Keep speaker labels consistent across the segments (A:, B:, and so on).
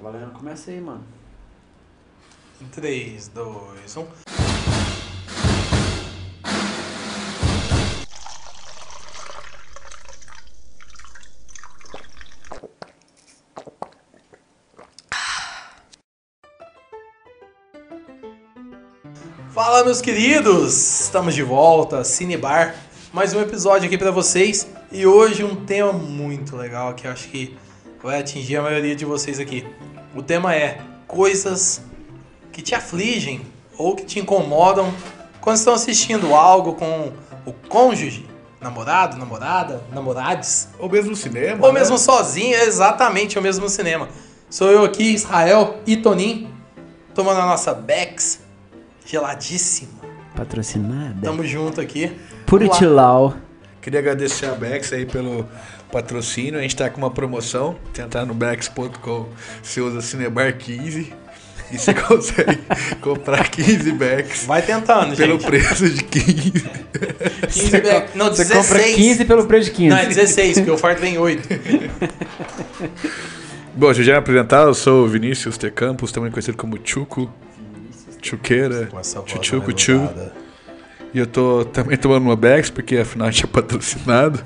A: valendo. Começa aí, mano.
B: 3, 2, 1. Fala, meus queridos! Estamos de volta, Cinebar. Mais um episódio aqui pra vocês. E hoje um tema muito legal que eu acho que vai atingir a maioria de vocês aqui. O tema é coisas que te afligem ou que te incomodam quando estão assistindo algo com o cônjuge, namorado, namorada, namorades,
C: Ou mesmo no cinema.
B: ou
C: né?
B: mesmo sozinho, exatamente, ou mesmo no cinema. Sou eu aqui, Israel e Tonin, tomando a nossa Bex, geladíssima.
A: Patrocinada.
B: Tamo junto aqui.
A: Por Utilau.
C: Queria agradecer a Bex aí pelo patrocínio. A gente tá com uma promoção. Você entrar no Bex.com, você usa Cinebar 15 e você consegue comprar 15 Bex
B: Vai tentando,
C: pelo
B: gente.
C: preço de 15.
B: 15 Bex. Não,
A: Você
B: 16.
A: compra 15 pelo preço de 15.
B: Não, é 16, porque o fardo vem 8.
C: Bom, já me apresentar, eu sou o Vinícius T. Campos, também conhecido como Chuco, Chuqueira, Chuchuco
B: é
C: Chu. E eu tô também tomando uma Bex, porque afinal a gente é patrocinado.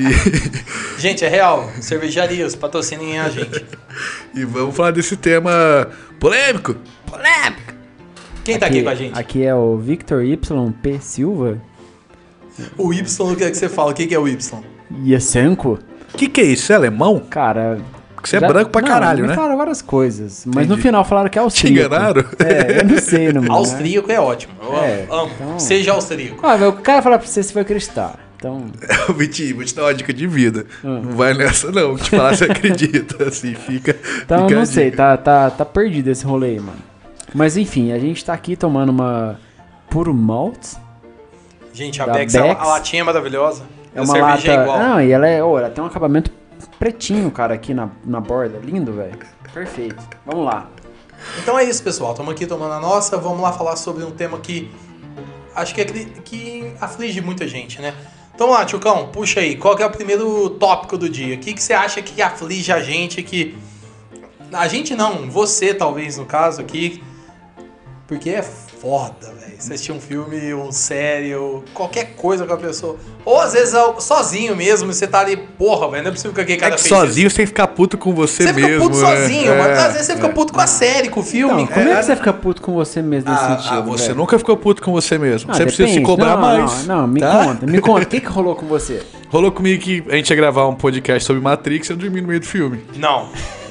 C: E-
B: Gente, é real. Cervejarias, patrocinem a gente.
C: e vamos falar desse tema polêmico.
B: Quem tá aqui com a gente?
A: Aqui é o Victor YP Silva.
B: O Y, o que é que você fala? O que que é o Y?
A: Yesenko.
C: O que, que é isso? É alemão?
A: Cara.
C: Porque você é branco pra
A: não,
C: caralho,
A: me
C: né?
A: falaram várias coisas. Mas no
C: Entendi.
A: final falaram que é
C: Te
A: austríaco.
C: enganaram?
A: É, eu não sei, não. mano.
B: Austríaco é ótimo. Eu
A: É,
B: amo, amo.
A: então-
B: Seja austríaco.
A: Ah, mas o cara falar pra você se vai acreditar. Então.
C: Ô, Vitinho, vou te dar uma dica de vida.
A: É.
C: Não vai nessa, não. Vou te falar se acredita. Assim, fica.
A: Então,
C: fica
A: eu
C: a
A: não sei,
C: dica.
A: tá, tá, tá perdido esse rolê aí, mano. Mas enfim, a gente tá aqui tomando uma puro malt.
B: Gente, a
A: Da
B: Bex,
A: Bex.
B: A, a latinha é maravilhosa.
A: É
B: a
A: uma lata.
B: cerveja é igual.
A: Não, e ela é. ô, ela tem um acabamento pretinho, cara, aqui na, na borda. Lindo, velho. Perfeito. Vamos lá.
B: Então é isso, pessoal. Estamos aqui tomando a nossa. Vamos lá falar sobre um tema que acho que, é cri- que aflige muita gente, né? Então vamos lá, Tchucão, puxa aí. Qual que é o primeiro tópico do dia? O que, que você acha que aflige a gente que. A gente não, você talvez no caso aqui. Porque é foda, velho. Você assistir um filme, uma série, ou qualquer coisa com a pessoa. Ou às vezes ao- sozinho mesmo, você tá ali, porra, velho, não é possível que aquele
C: É
B: cara
C: que
B: fez isso.
C: sozinho você tem que ficar puto com você,
B: Você fica
C: mesmo.
B: puto
C: né?
B: sozinho,
C: É,
B: mas às vezes você fica
C: é.
B: puto com a série, com o filme.
A: Então,
B: com-
A: como é, que você fica puto com você mesmo nesse
B: Ah, ah,
A: sentido?
C: Ah, você
A: velho?
C: nunca ficou puto com você mesmo.
A: Ah,
C: você precisa se
A: depende.
C: cobrar
A: Não,
C: mais.
A: Não, não, me
C: tá?
A: conta, me conta. O que, que rolou com você?
C: Rolou comigo que a gente ia gravar um podcast sobre Matrix e eu dormi no meio do filme.
B: Não.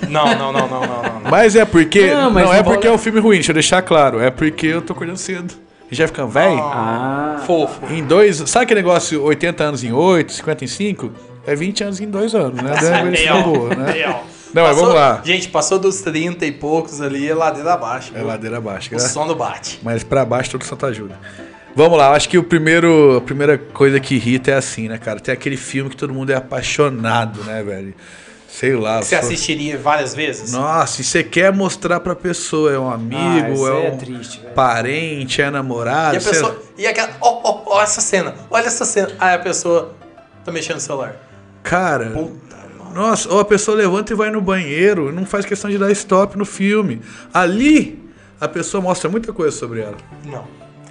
B: Não, não, não, não, não, não, não.
C: Mas é porque.
A: Não,
C: Não,
A: mas
C: é
A: não
C: porque é
A: rola-
C: um filme ruim, deixa eu deixar claro. É porque eu tô acordando cedo. E já ficando velho.
A: Ah,
B: Fofo.
C: Em dois. Sabe aquele negócio 80 anos em 8, 55? É 20 anos em dois anos, né? Deve ser
B: Real,
C: boa, né?
B: real.
C: Não, mas
B: Passou-
C: vamos lá.
B: Gente, passou dos 30 e poucos ali, é ladeira abaixo.
C: É ladeira abaixo,
B: O
C: né?
B: sono bate.
C: Mas pra baixo todo Santa ajuda. Vamos lá, acho que o primeiro, a primeira coisa que irrita é assim, né, cara? Tem aquele filme que todo mundo é apaixonado, né, velho? Sei lá.
B: Você assim?
C: sou-
B: assistiria várias vezes?
C: Nossa, e você quer mostrar pra pessoa, é um
A: ah,
C: amigo,
A: isso aí
C: é
A: é
C: um
A: triste, velho.
C: parente, é
B: E
C: namorado.
B: a
C: sei lá.
B: pessoa. E aquela. Ó, ó, ó, essa cena. Olha essa cena. Aí a pessoa tá mexendo no celular.
C: Cara.
B: Puta, mano.
C: Nossa, ou a pessoa levanta e vai no banheiro, não faz questão de dar stop no filme. Ali, a pessoa mostra muita coisa sobre ela,
B: Não.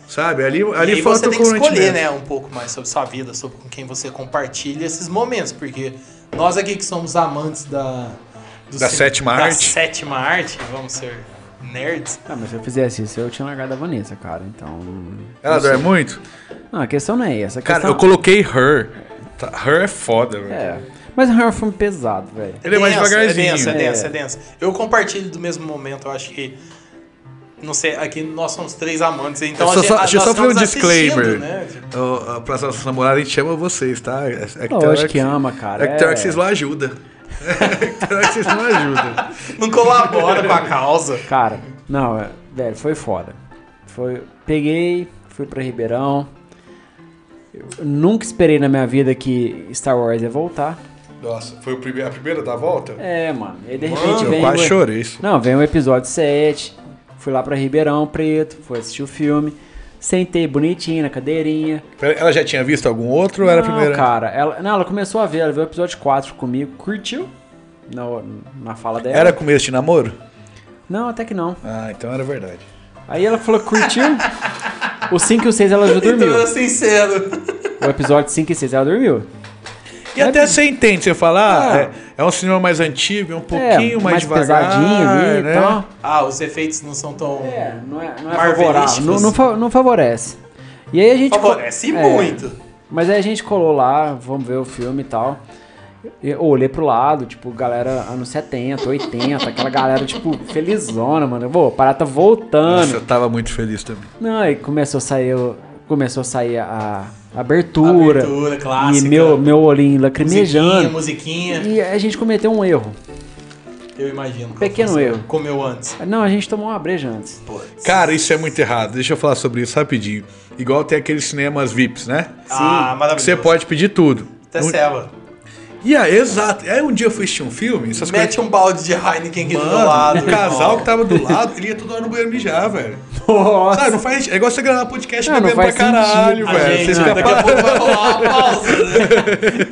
C: sabe? Ali,
B: e
C: ali
B: aí
C: falta
B: você
C: o
B: tem que escolher,
C: comprometimento.
B: né, um pouco mais sobre sua vida, sobre com quem você compartilha esses momentos, porque nós aqui que somos amantes da do
C: Da sétima
B: da
C: arte.
B: sétima arte, vamos ser nerds.
A: Ah, mas se eu fizesse isso, eu tinha largado a Vanessa, cara. Então.
C: Ela dói muito?
A: Não, a questão não é essa. A
C: Cara,
A: questão...
C: eu coloquei Her. Tá, Her é foda, velho.
A: É. Mas o Harry é um filme pesado, velho.
C: Ele é mais
B: Denso,
C: devagarzinho.
B: É denso, é
A: É.
B: denso, é denso. Eu compartilho do mesmo momento, eu acho que não sei, aqui nós somos três amantes, então
C: Eu só-
B: a gente,
C: só-
B: a-
C: deixa eu
B: nós
C: só fazer um
B: estamos assistindo,
C: disclaimer.
B: Né? Tipo,
C: Ô, ô, Pra nossa namorada, a gente chama vocês, tá? É, é que tem hora
A: Lógico que ama, cara.
C: É que tem hora que
A: é.
C: vocês não ajudam. É que tem hora que vocês não ajudam.
B: Não colabora com a causa.
A: Cara, não, é- velho, foi foda. Foi, peguei, fui pra Ribeirão. Eu nunca esperei na minha vida que Star Wars ia voltar.
C: Nossa, foi o prime- a primeira da volta?
A: É, mano. E de repente
C: Mano, eu
A: vem.
C: quase
A: o-
C: chorei. isso.
A: Não, vem o episódio 7. Fui lá pra Ribeirão Preto, fui assistir o filme. Sentei bonitinho na cadeirinha.
C: Pera- Ela já tinha visto algum outro ou era a
A: Não,
C: primeira?
A: cara, ela, não, ela começou a ver, ela viu o episódio 4 comigo, curtiu. na, na fala dela.
C: Era começo de namoro?
A: Não, até que não.
C: Ah, então era verdade.
A: Aí ela falou que curtiu. o 5 e o 6 ela já dormiu.
B: Então, sincero.
A: O episódio 5 e 6 ela dormiu.
C: E
A: É
C: até você entende, você fala, ah, é, é um cinema mais antigo, é um pouquinho mais,
A: mais
C: devagar.
A: pesadinho ali
C: né?
A: e tal.
B: Ah, os efeitos não são tão.
A: É, não é, não é
B: Marvelísticos.
A: favorável. Não, não fa- não favorece. E aí a gente. co-
B: Favorece
A: é,
B: muito.
A: Mas aí a gente colou lá, vamos ver o filme e tal. Eu olhei pro lado, tipo, galera anos 70, 80, aquela galera, tipo, felizona, mano. Pô, a parada tá
C: Nossa,
A: voltando.
C: eu tava muito feliz também.
A: Não, aí começou a sair, o- começou a, sair a, a abertura.
B: Abertura, clássica.
A: E meu, meu olhinho
B: Musiquinha,
A: lacrimejando.
B: musiquinha.
A: E a gente cometeu um erro.
B: Eu imagino. que
A: Pequeno
B: Afonso
A: erro.
B: Comeu antes.
A: Não, a gente tomou uma breja antes.
B: Putz.
C: Cara, isso é muito errado. Deixa eu falar sobre isso rapidinho. Igual tem aqueles cinemas VIPs, né?
B: Ah,
C: Que
B: maravilhoso. Tá
C: Você pode pedir tudo.
B: Até
C: Um-
B: ceva.
C: E aí, exato. Aí um dia eu fui assistir um filme, essas
B: Mete um balde de Heineken aqui
C: coisas.
B: do meu lado.
C: o um casal
B: irmão.
C: que tá tava do lado, ele ia toda hora no banheiro mijar, velho.
A: Nossa.
C: Sabe, não faz. É igual você gravar podcast
A: Não, não
C: bebendo pra
A: faz
C: caralho,
A: sentido.
B: A
C: velho.
B: gente,
C: Vocês
A: não,
C: ficam
B: daqui a pouco vai rolar uma pausa,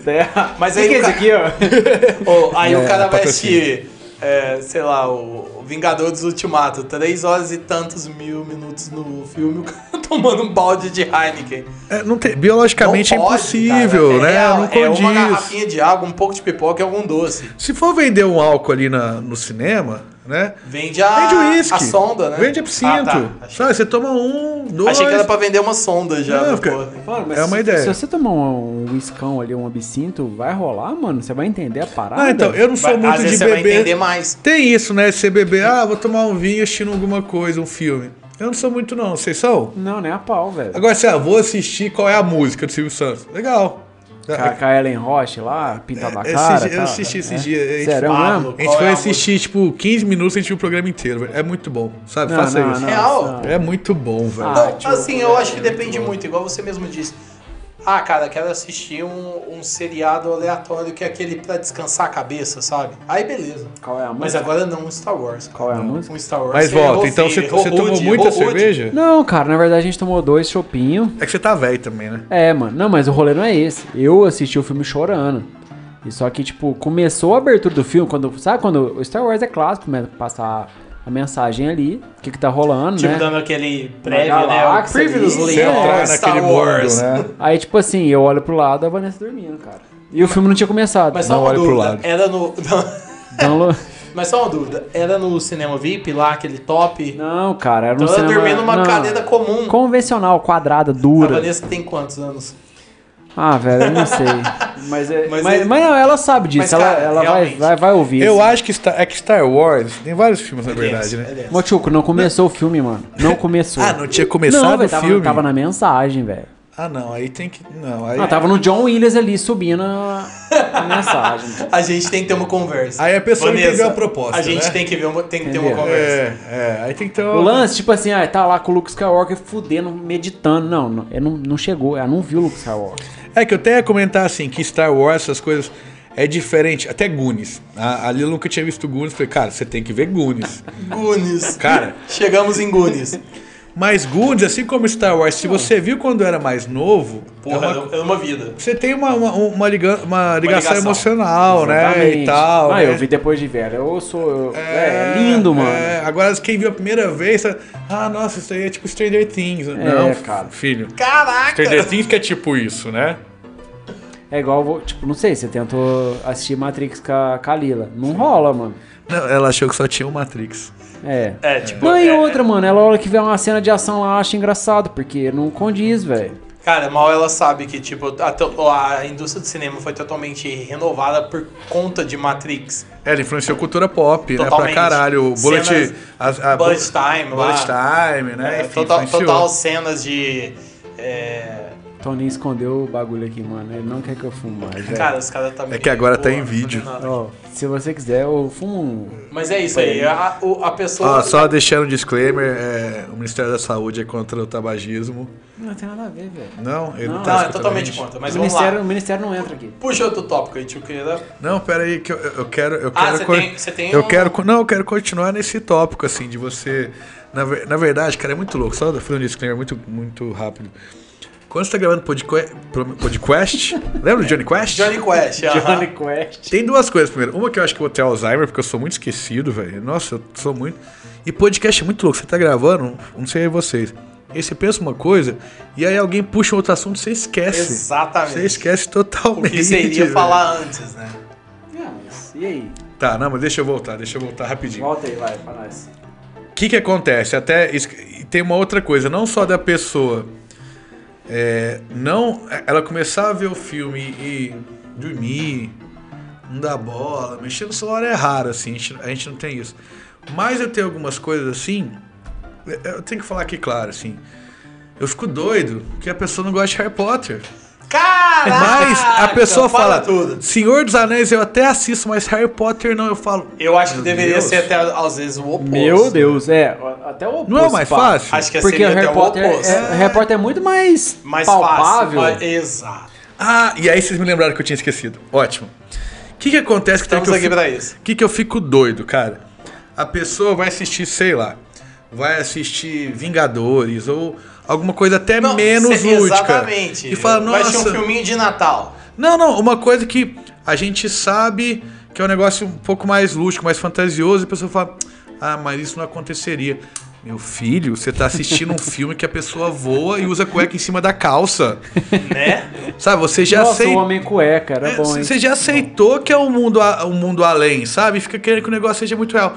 B: né? Mas aí
A: que
B: o
A: é isso
B: ca-
A: aqui, ó?
B: Ou, aí o
C: É,
B: cara vai
C: patrocínio.
B: assistir, é, sei lá, o Vingadores Ultimato, três horas e tantos mil minutos no filme, o cara tomando um balde de Heineken.
C: É, não tem- biologicamente
B: Não
C: é
B: pode, cara.
C: impossível,
B: É
C: né?
B: real,
C: não
B: É uma
C: condiz.
B: garrafinha de água, um pouco de pipoca e algum doce.
C: Se for vender um álcool ali na- no cinema, né?
B: Vende a,
C: Vende uísque.
B: a sonda, né?
C: Vende absinto.
B: Ah, tá. Achei,
C: Sabe, você toma um, dois.
B: achei que era pra vender uma sonda já.
C: Não,
B: Não,
C: fica-
A: mas
C: É uma
A: se-
C: ideia.
A: Se você tomar um um uiscão ali, um absinto, vai rolar, mano? Você vai entender a parada?
C: Ah, então, eu não sou
B: Às
C: muito
B: vezes
C: de
B: você vai entender
C: beber.
B: mais.
C: Tem isso, né? Você beber, ah, vou tomar um vinho assistindo alguma coisa, um filme. Eu não sou muito, não. Vocês são?
A: Não, nem a pau, velho.
C: Agora, assim, ah, vou assistir qual é a música do Silvio Santos. Legal.
A: Ca- Com a Ellen Roche lá, pintada a
C: é- Esse
A: cara.
C: dia- eu
A: tal,
C: assisti
A: né?
C: esses dias, é isso.
A: Sério
B: Pablo,
A: mesmo?
C: A gente
B: qual
C: foi
B: é a
C: assistir, tipo, 15 minutos e a gente viu o programa inteiro, velho. É muito bom, sabe?
A: Não,
C: Faça
A: não,
C: isso.
A: não,
B: Real?
A: não.
C: É muito bom, velho.
A: Ah,
B: Não,
A: tipo,
B: assim, eu acho que depende muito, igual você mesmo disse. Ah, cara, quero assistir um, um seriado aleatório que é aquele pra descansar a cabeça, sabe? Aí beleza.
A: Qual é a
B: Mas
A: música?
B: agora não um Star Wars. cara.
A: Qual é a música?
B: Um Star Wars.
C: Mas
B: seria
C: volta, então
B: horrível,
C: você, você tomou
B: horroroso,
C: muita
B: horroroso.
C: cerveja?
A: Não, cara, na verdade a gente tomou dois chopinho.
C: É que você tá velho também, né?
A: É, mano. Não, mas o rolê não é esse. Eu assisti o filme chorando. E só que, tipo, começou a abertura do filme, quando. Sabe quando. O Star Wars é clássico, né? Passar a mensagem ali, o que, que tá rolando,
B: Tipo,
A: né?
B: dando aquele prévio,
A: Uma
B: né? O
A: galáxia,
B: Previously
A: isso,
B: on
A: entrar
B: Star Wars.
C: né?
A: Aí, tipo assim, eu olho pro lado a Vanessa dormindo, cara. E o filme não tinha começado.
B: Mas só
C: Não
B: uma
C: olhe pro
B: dúvida,
C: lado.
B: era no...
A: Então, lo-
B: Mas só uma dúvida, era no cinema VIP lá, aquele top?
A: não, cara, era um
B: então ela
A: cinema...
B: dormia numa
A: não.
B: cadeira comum.
A: Convencional, quadrada,
B: A
A: dura.
B: Vanessa tem quantos anos?
A: Ah, velho, eu não sei. mas, é,
B: Mas
A: mas,
B: é-
A: mas não, ela sabe disso.
B: Mas,
A: ela
B: cara,
A: ela vai,
B: realmente.
A: vai, vai ouvir.
C: Eu
A: isso.
C: acho que Star, é que Star Wars tem vários filmes, na verdade,
B: É
C: né?
B: dessa.
A: Mochuco, não começou o filme, mano. Não começou.
C: Ah, não tinha começado
A: Não, velho,
C: o
A: tava,
C: filme?
A: tava na mensagem, velho.
C: Ah, não, aí tem que. Não, aí.
B: é.
A: Não, tava no John Williams ali subindo a, a mensagem.
B: A gente tem que ter uma conversa.
C: Aí a pessoa entendeu a proposta,
B: A gente
C: né?
B: tem que ver uma, tem que ter
A: Entendeu?
B: uma conversa.
C: É, é, aí tem que ter
A: O
C: uma.
A: lance, tipo assim, ah, tá lá com o Luke Skywalker fudendo, meditando. Não, não, ele não, não chegou, ela não viu o Luke Skywalker.
C: É que eu até ia comentar assim, que Star Wars, essas coisas. É diferente, até Goonies. A, a Lila nunca tinha visto Goonies, falei, cara, você tem que ver Goonies.
B: Gunis.
C: É. Cara.
B: Chegamos em Gunis.
C: Mas Goonies, assim como Star Wars, se você viu quando era mais novo, é
B: Porra,
C: uma-
B: é uma, é uma vida.
C: você tem uma, uma, uma liga- uma ligação
B: ligação.
C: emocional, né?
A: Exatamente.
C: E tal.
A: Ah,
C: né?
A: eu vi depois de velho. Eu sou. eu- é, é lindo, mano.
C: É, agora quem viu a primeira vez, fala, ah, nossa, isso aí é tipo Stranger Things. Não,
A: cara.
C: filho.
B: Caraca!
C: Stranger Things que é tipo isso, né?
A: É igual, vou- tipo, não sei, você tentou assistir Matrix com a Kalila. Não rola, mano.
C: Não, ela achou que só tinha o Matrix.
A: É.
B: É, tipo.
A: Não, e
B: é-
A: outra, mano, ela olha que vê uma cena de ação lá, acha engraçado, porque não condiz, velho.
B: Cara, mal ela sabe que, tipo, a, to- a indústria do cinema foi totalmente renovada por conta de Matrix.
C: Ela influenciou cultura pop, né? Pra
B: Totalmente.
C: caralho. O Bullet.
B: Cenas-
C: a- a-
B: Bullet Time, lá.
C: Bullet Ah, Time, né?
B: É,
C: Enfim,
B: total,
C: influenciou.
B: total cenas de. é,
A: Toninho escondeu o bagulho aqui, mano. Ele não quer que eu fume mais, velho.
B: Cara, os caras tá
C: É que agora tá em vídeo.
A: Ó, se você quiser, eu fumo um.
B: Mas é isso aí. A, o- a pessoa.
C: Ó, só deixando um disclaimer: é, o Ministério da Saúde é contra o tabagismo.
A: Não tem nada a ver, velho.
C: Não, ele não,
A: Não,
B: não,
C: tá
B: é
C: escutando a
B: totalmente
C: gente.
B: contra.
A: O
B: Mas vamos
A: ministério,
B: lá.
A: o ministério não entra aqui.
B: Puxa outro tópico aí, tio é Queira.
C: Não, pera aí, que eu, eu quero. Eu
B: Ah,
C: quero
B: você
C: cor-
B: tem- você tem
C: eu
B: um-
C: quero, co- não, eu quero continuar nesse tópico, assim, de você. Na, ver- na verdade, cara, é muito louco. Só fazendo um disclaimer muito, muito rápido. Quando você tá gravando podcast, podcast lembra do Johnny Quest?
B: Johnny Quest, aham.
A: Johnny Quest.
C: Tem duas coisas. Primeiro, uma que eu acho que eu vou ter Alzheimer, porque eu sou muito esquecido, velho. Nossa, eu sou muito. E podcast é muito louco. Você tá gravando, não sei aí vocês. Aí você pensa uma coisa, e aí alguém puxa um outro assunto, você esquece.
B: Exatamente.
C: Você esquece totalmente.
B: O que você iria
C: velho.
B: falar antes, né?
A: Ah, mas e aí?
C: Tá, não, mas deixa eu voltar, deixa eu voltar rapidinho.
A: Volta aí, vai, pra nós.
C: O que que acontece? Até isso- e tem uma outra coisa, não só da pessoa é, não ela começar a ver o filme e dormir, não dar bola, mexer no celular é raro assim, a gente, a gente não tem isso. Mas eu tenho algumas coisas assim, eu- eu tenho que falar aqui claro assim. Eu fico doido que a pessoa não gosta de Harry Potter.
B: Caraca!
C: Mas a pessoa
B: fala
C: fala,
B: tudo.
C: Senhor dos Anéis eu até assisto, mas Harry Potter não. Eu falo,
B: Eu acho que
C: "Meu
B: deveria
C: Deus."
B: ser até, às vezes, o oposto.
A: Meu Deus, é. Até o oposto,
C: Não é o mais
A: pá.
C: fácil?
B: Acho que
A: Porque
B: seria
A: o Harry
B: até
A: Potter,
B: o oposto.
A: é, Harry Potter é muito mais,
B: Mais
A: palpável.
B: fácil. mas- Exato.
C: Ah, e aí vocês me lembraram que eu tinha esquecido. Ótimo. O que, que acontece que tem
B: Estamos
C: que eu
B: aqui
C: fico-
B: pra isso.
C: que, que eu fico doido, cara? A pessoa vai assistir, sei lá, vai assistir Vingadores ou alguma coisa até
B: Não,
C: é menos
B: se-
C: lúdica.
B: Exatamente.
C: E fala,
B: Vai
C: nossa.
B: ser um filminho de Natal.
C: Não, não, uma coisa que a gente sabe que é um negócio um pouco mais lúdico, mais fantasioso, e a pessoa fala, ah, mas isso não aconteceria. Meu filho, você tá assistindo um filme que a pessoa voa e usa cueca em cima da calça.
B: Né?
C: Sabe, você já
A: Nossa,
C: aceitou.
A: o Homem Cueca, era
C: É,
A: bom, hein?
C: Você já aceitou que é um mundo, a- um mundo além, sabe? Fica querendo que o negócio seja muito real.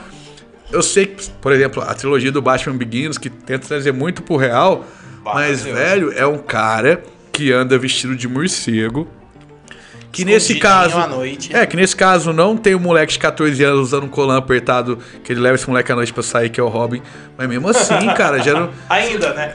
C: Eu sei que, por exemplo, a trilogia do Batman Begins, que tenta trazer muito pro real,
B: Bah,
C: mas,
B: meu Deus.
C: velho, é um cara que anda vestido de morcego. Que nesse
B: Escondidinho
C: caso.
B: à noite.
C: É, que nesse caso não tem um moleque de 14 anos usando um colã apertado, que ele leva esse moleque à noite pra sair, que é o Robin. Mas mesmo assim, cara, já não.
B: Ainda, né?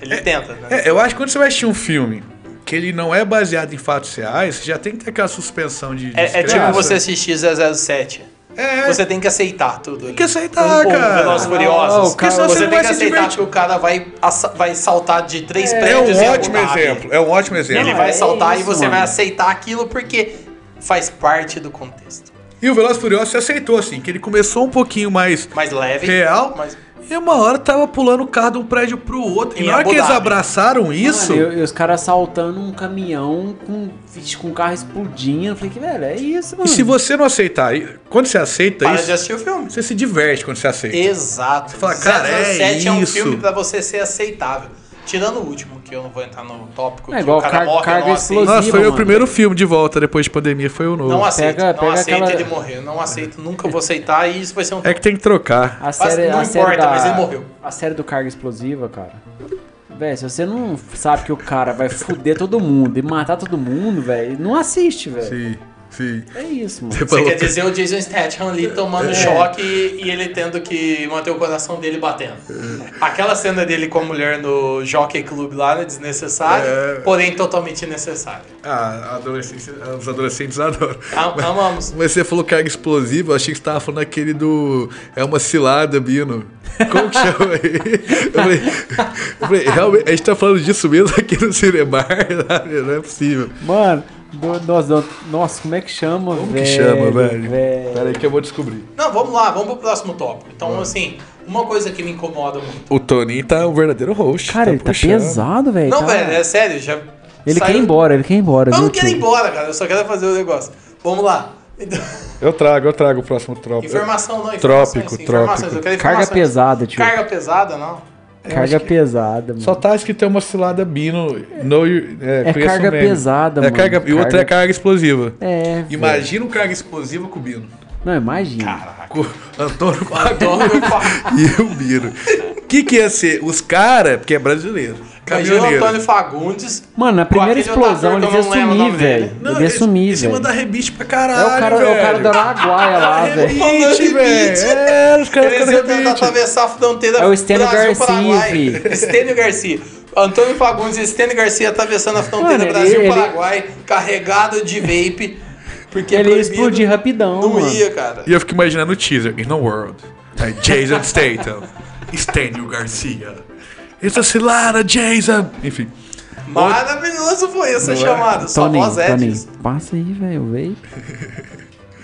B: Ele tenta, né?
C: É, eu acho que quando você vai assistir um filme que ele não é baseado em fatos reais, você já tem que ter aquela suspensão de. de
B: É, é tipo
C: descrença.
B: você assistir 007.
C: É,
B: Você tem que aceitar tudo.
C: tem que aceitar,
B: Ou
C: cara.
B: Velozes e Furiosos.
A: Ah, o cara-
B: Porque senão
C: você
B: você tem
C: não vai
B: que
C: se
B: aceitar
C: divertir.
B: que o cara vai, assa- vai saltar de três
C: É
B: prédios
C: um
B: em Abu
C: ótimo
B: Dhabi.
C: exemplo. É um ótimo exemplo.
B: Ele
A: Não,
B: vai
A: é
B: saltar e
A: isso,
B: você
A: mano.
B: vai aceitar aquilo porque faz parte do contexto.
C: E o Veloz Furioso se aceitou, assim, que ele começou um pouquinho mais
B: Mais leve.
C: real.
B: Mas...
C: E uma hora tava pulando o carro de um prédio pro outro. E
B: Em
C: na hora
B: Abu
C: que eles
B: Dhabi.
C: abraçaram isso.
A: Mano, eu- e os caras saltando um caminhão com, vixe, com o carro explodindo. Eu falei que, velho, é isso, mano.
C: E
B: Hum.
C: se você não aceitar, e- quando você aceita
B: Para
C: isso,
B: de assistir o filme.
C: você se diverte quando você aceita.
B: Exato.
C: fala, cara, é
B: 007 é, um
C: isso.
B: filme pra você ser aceitável. Tirando o último, que eu não vou entrar no tópico
A: É
B: que
A: igual
B: o cara
A: car-
B: morre, eu
A: carga
B: não aceito.
A: explosiva.
C: Nossa, foi o meu
A: mano.
C: primeiro filme de volta depois de pandemia, foi o novo.
B: Não aceito,
A: Pega-
B: não
A: pega
B: aceito
A: aquela-
B: ele morrer. Não aceito, nunca vou aceitar e isso vai ser um
C: É que tem que trocar.
A: A série,
B: não
A: a série
B: importa,
A: da-
B: mas ele morreu.
A: A série do Carga Explosiva, cara. Véi, se você não sabe que o cara vai fuder todo mundo e matar todo mundo, velho, não assiste, velho.
C: Sim, sim.
A: É isso, mano.
C: Você
B: Você
C: falou
B: quer
C: que-
B: dizer o Jason Statham ali tomando
C: É.
B: choque e ele tendo que manter o coração dele batendo.
C: É.
B: Aquela cena dele com a mulher no Jockey Club lá é desnecessária,
C: É.
B: porém totalmente necessária.
C: Ah, adolescência- os adolescentes adoram.
B: Am- Amamos.
C: Mas você falou carga explosiva, eu achei que você tava falando aquele do. É uma cilada, Bino. Como que chama aí? Eu falei, eu falei, realmente, a gente tá falando disso mesmo aqui no Cinebar, sabe? não é possível.
A: Mano, do- nós- do- nossa, como é que chama, velho?
C: Como que chama, velho?
A: velho?
C: Pera aí que eu vou descobrir.
B: Não, vamos lá, vamos pro próximo tópico. Então, assim, uma coisa que me incomoda muito.
C: O Toninho tá um verdadeiro host.
A: Cara, ele tá
C: puxando.
A: pesado, velho.
B: Não,
A: tá-
B: velho, é sério, já.
A: Ele
B: saiu-
A: quer ir embora, ele quer ir embora.
B: Eu
A: viu,
B: não quero ir
A: tio?
B: embora, cara, eu só quero fazer o negócio. Vamos lá. Então,
C: Eu trago, eu trago o próximo tropa.
B: informação não, informações,
C: Trópico,
B: informações,
C: trópico.
B: eu quero
A: Carga
B: informações.
A: pesada, tio. Carga,
B: Carga pesada, não.
A: pesada, mano.
C: Só tá escrito é uma cilada Bino. No, é,
A: É
C: conheço
A: carga
C: o meme.
A: pesada,
C: é
A: mano.
C: carga, E o outro é
A: Carga-
C: carga explosiva.
A: É. velho.
C: Imagina um carga explosiva com o Bino.
A: Não, imagina.
C: Ah, Com o Antônio Fagundes.
B: Adoro meu papo.
C: E o Biro. O que, que ia ser? Os caras, porque é brasileiro.
B: Imagina o
C: Caminhoneiro.
B: Antônio Fagundes.
A: Mano, na primeira
B: aquele otaku
A: explosão
B: que
A: ele ia
B: eu não lembro é o
A: sumir,
B: nome dele.
A: velho. Ele ia sumir,
C: esse manda
A: velho.
C: rebite pra
A: É
C: caralho.
A: o cara, é o cara
C: velho.
A: da Araguaia lá,
C: Cara,
A: velho.
C: Rebite,
B: Rebite.
C: velho. É, os caras
B: Eles iam
C: ficando
B: tentar
C: rebite.
B: atravessar a fronteira
A: É o Estênio
B: Brasil-Paraguai.
A: Garcia, fi.
B: Estênio Garcia. Antônio Fagundes e Estênio Garcia atravessando a fronteira
A: Mano, ele-
B: Brasil-Paraguai, carregado de vape. Porque é
A: Ele ia
B: proibido.
A: explodir rapidão,
B: Não
A: mano.
B: ia, cara.
C: E eu fico imaginando o teaser. In the world. Aí, Jason Statham. Stênio Garcia. Essa cilada, Jason. Enfim.
B: Maravilhoso foi essa
A: é?
B: chamada. Só
A: Tony,
B: voz é disso.
A: Tony, passa aí, velho. Veio.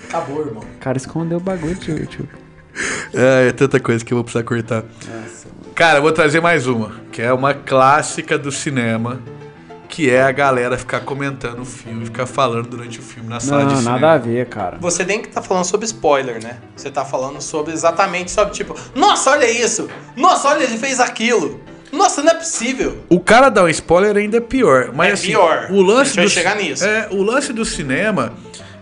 B: Acabou, irmão.
A: O cara escondeu o bagulho, tio. tio.
C: É, é tanta coisa que eu vou precisar cortar. Cara, eu vou trazer mais uma, que é uma clássica do cinema, que é a galera ficar comentando o filme, ficar falando durante o filme na sala
A: não,
C: de
A: nada
C: cinema.
A: a ver, cara.
B: Você nem que tá falando sobre spoiler, né? Você tá falando sobre exatamente sobre, tipo, nossa, olha isso! Nossa, olha, ele fez aquilo! Nossa, não é possível!
C: O cara dá um spoiler ainda é pior. Mas
B: É
C: assim,
B: pior.
C: o lance
B: A gente vai chegar
C: do
B: nisso.
C: É, o lance do cinema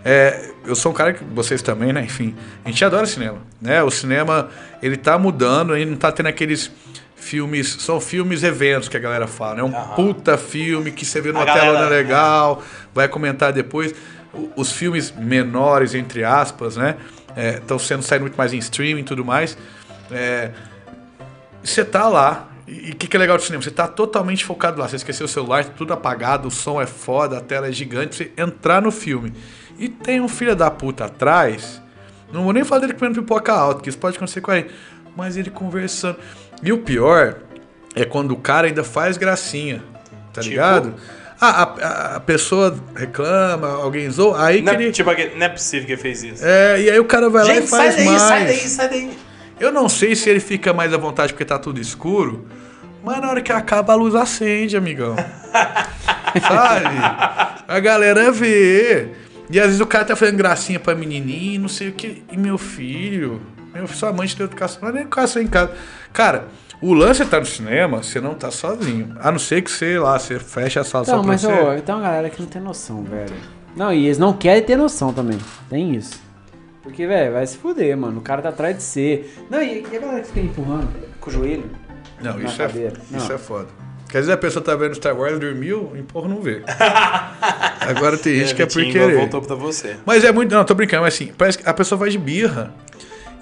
C: é, eu sou um cara que vocês também, né, enfim, a gente adora cinema, né? O cinema ele tá mudando, ele não tá tendo aqueles filmes, são filmes eventos que a galera fala, né? Um
B: Aham.
C: puta filme que você vê numa
B: A
C: tela é
B: galera- né?
C: legal, vai comentar depois. O- Os filmes menores, entre aspas, né? Estão sendo saindo muito mais em streaming e tudo mais. É, você tá lá. E o que, que é legal do cinema? Você tá totalmente focado lá. Você esqueceu o celular, tudo apagado, o som é foda, a tela é gigante, você entrar no filme. E tem um filho da puta atrás. Não vou nem falar dele comendo pipoca alta, que isso pode acontecer com ele. Mas ele conversando. E o pior é quando o cara ainda faz gracinha. Tá
B: Tipo?
C: ligado? Ah, a, a- a pessoa reclama, alguém zoa, aí
B: Não
C: que
B: é,
C: ele.
B: tipo, aquele- não é possível que ele fez isso.
C: É, e aí o cara vai lá
B: Gente,
C: e faz
B: sai daí,
C: mais.
B: sai daí, sai daí.
C: Eu não sei se ele fica mais à vontade porque tá tudo escuro, mas na hora que acaba a luz acende, amigão. Sabe? A galera vê. E às vezes o cara tá fazendo gracinha pra menininha, não sei o que. E meu filho, meu filho, sua mãe te deu educação, não é nem educação em casa. Cara, o lance é tá no cinema, você não tá sozinho. A não ser que você lá, você fecha a sala só
A: Então,
C: pra
A: mas
C: você.
A: ô, tem uma galera que não tem noção, velho. Não, e eles não querem ter noção também. Tem isso. Porque, velho, vai se fuder, mano. O cara tá atrás de você. Não, e, e a galera que fica empurrando com o joelho?
C: Não,
A: na
C: isso é,
A: cadeira?
C: isso
A: Não.
C: é foda. Porque às vezes a pessoa tá vendo Star Wars, dormiu, empurra não vê. Agora tem gente que é por
B: Vitinho,
C: querer.
B: Voltou pra você.
C: Mas é muito. Não, tô brincando, mas assim, parece que a pessoa vai de birra.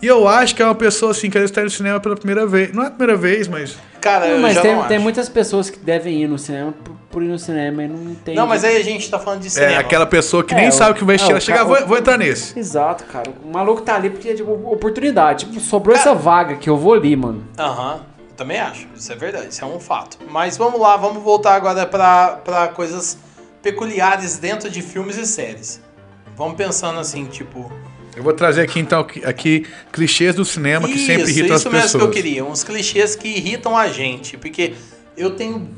C: E eu acho que é uma pessoa assim que às vezes tá no cinema pela primeira vez. Não é a primeira vez, mas.
B: Cara,
A: Não,
B: É, eu
A: mas
B: já
A: tem,
B: não
A: tem
B: acho.
A: muitas pessoas que devem ir no cinema por, por ir no cinema e não tem.
B: Não, mas aí a gente tá falando de
C: É
B: cinema.
C: aquela pessoa que
A: É,
C: nem
A: o-
C: sabe o que
A: é,
C: vai assistir.
A: o
C: Ela chega,
A: ca-
C: "Ah, vou,
A: o-
C: vou entrar nesse.
A: Exato, cara. O maluco tá ali porque é tipo oportunidade. Tipo, sobrou essa vaga que eu vou ali, mano.
B: Aham, eu também acho. Isso é verdade, isso é um fato. Mas vamos lá, vamos voltar agora pra pra coisas peculiares dentro de filmes e séries. Vamos pensando assim, tipo.
C: Eu vou trazer aqui então aqui, aqui, clichês do cinema que sempre
B: isso,
C: irritam as
B: isso mesmo
C: pessoas.
B: que eu queria. Uns clichês que irritam a gente. Porque eu tenho,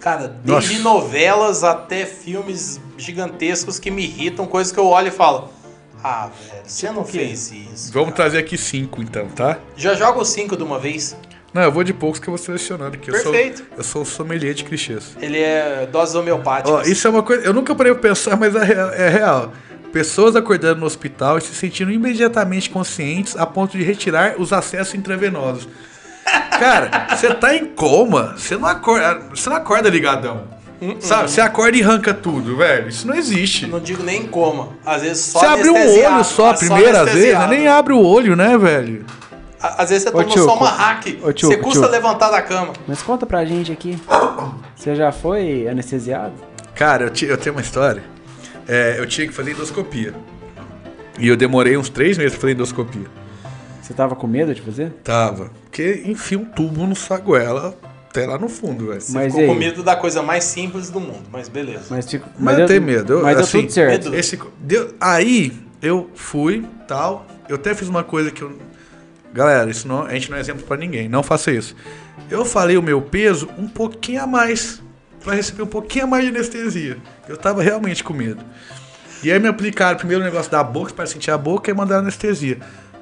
B: cara, desde
C: Nossa.
B: novelas até filmes gigantescos que me irritam, coisas que eu olho e falo. Ah, velho, você não
A: Tipo o quê?
B: fez isso.
C: Vamos
B: cara."
C: trazer aqui cinco então, tá?
B: Já joga os cinco de uma vez.
C: Não, eu vou de poucos que eu vou selecionando aqui. Eu
B: Perfeito.
C: Sou, eu sou o sommelier de clichês.
B: Ele é doses homeopáticas.
C: Ó, isso é uma coisa. Eu nunca parei pra pensar, mas é real. é real. Pessoas acordando no hospital e se sentindo imediatamente conscientes a ponto de retirar os acessos intravenosos. Cara, você tá em coma, você não acorda, você não acorda ligadão. Sabe? Você acorda e arranca tudo, velho. Isso não existe.
B: Eu Uh-uh. assim, não digo nem coma. Às vezes só
C: Você abre um
B: anestesiado,
C: olho só a
B: só
C: primeira às vezes, né?
B: anestesiado.
C: nem abre o olho, né, velho?
B: Á- Às vezes você toma
A: tio,
B: só uma
A: co-
B: hack.
A: ô, tio,
B: você
A: ô,
B: custa
A: tio.
B: levantar da cama.
A: Mas conta pra gente aqui. Você já foi anestesiado?
C: Cara, eu, ti- eu tenho uma história. É, eu tinha que fazer endoscopia. E eu demorei uns três meses pra fazer endoscopia.
A: Você tava com medo de fazer?
C: Tava. Porque enfia um tubo no saguela até lá no fundo, velho.
A: Mas
B: Ficou
A: e
B: com
A: aí?
B: medo da coisa mais simples do mundo, mas beleza.
A: Mas, tipo,
C: Mas eu tenho medo, eu-
A: mas
C: assim,
A: deu tudo certo.
B: medo-
C: Esse, co- deu, aí eu fui, tal. Eu até fiz uma coisa que eu. Galera, isso não, a gente não é exemplo pra ninguém, não faça isso. Eu falei o meu peso um pouquinho a mais. Pra receber um pouquinho a mais de anestesia. Eu tava realmente com medo. E aí me aplicaram primeiro o negócio da boca para sentir a boca e mandaram anestesia.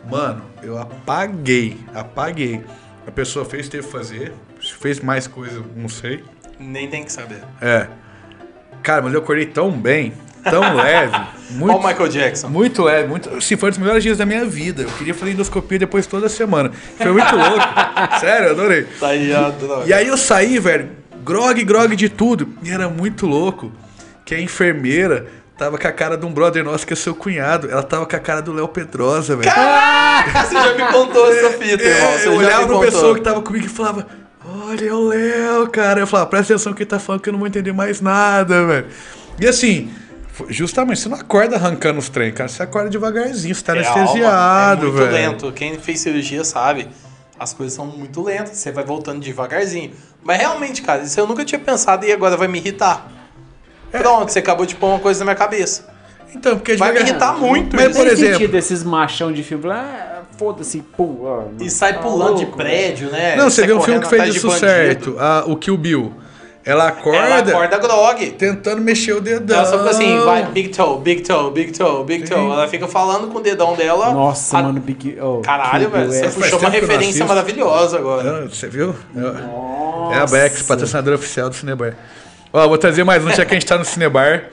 C: Mano, eu apaguei, apaguei. A pessoa fez, teve que fazer, fez mais coisa, não sei.
B: Nem tem que saber.
C: É. Cara, mas eu acordei tão bem, tão leve. Muito,
B: Olha o Michael Jackson.
C: muito leve. Muito, assim, foi um dos melhores dias da minha vida. Eu queria fazer endoscopia depois toda semana. Foi muito louco. Sério, eu adorei.
B: Tá aí a droga.
C: E aí eu saí, velho, grog, grog de tudo. E era muito louco que a enfermeira tava com a cara de um brother nosso que é seu cunhado. Ela tava com a cara do Léo Pedrosa, velho.
B: Você já me contou essa fita, irmão.
C: É,
B: Você
C: eu
B: já
C: olhava
B: me
C: pra
B: contou.
C: pessoa que tava comigo e falava: Olha é o Léo, cara. Eu falava: Presta atenção que ele tá falando que eu não vou entender mais nada, velho. E assim, fo- justamente, você não acorda arrancando os trem, cara. Você acorda devagarzinho, você tá
B: É,
C: anestesiado,
B: ó, mano, é muito
C: velho.
B: lento. Quem fez cirurgia sabe. As coisas são muito lentas. Você vai voltando devagarzinho. Mas realmente, cara, isso eu nunca tinha pensado e agora vai me irritar.
C: É.
B: Pronto, você acabou de pôr uma coisa na minha cabeça.
C: Então, porque
B: Vai me
C: devagar-
B: irritar muito
C: Mas,
A: Não
C: por
A: tem
C: exemplo,
A: sentido esses machão de filme. Ah, foda-se, pum. ó,
B: E sai
A: tá
B: pulando de
A: louco,
B: prédio, né?
C: Não, você
B: Sai
C: vê um filme
B: correndo
C: que fez
B: atrás de
C: isso
B: bandido.
C: certo, a- o Kill Bill. Ela acorda,
B: Ela acorda grog.
C: tentando mexer o dedão.
B: Ela só fica assim, vai, big toe, big toe, big toe, big toe.
C: Sim.
B: Ela fica falando com o dedão dela.
A: Nossa,
B: a-
A: mano, Big. oh, Kill Bill
B: Caralho, velho, você
A: é-
C: faz
B: puxou uma
C: tempo que eu não
B: referência
C: assisto.
B: maravilhosa agora.
C: Ah, Você viu? É a Bex, patrocinadora oficial do Cinebar. Ó, vou trazer mais um, já que a gente tá no Cinebar.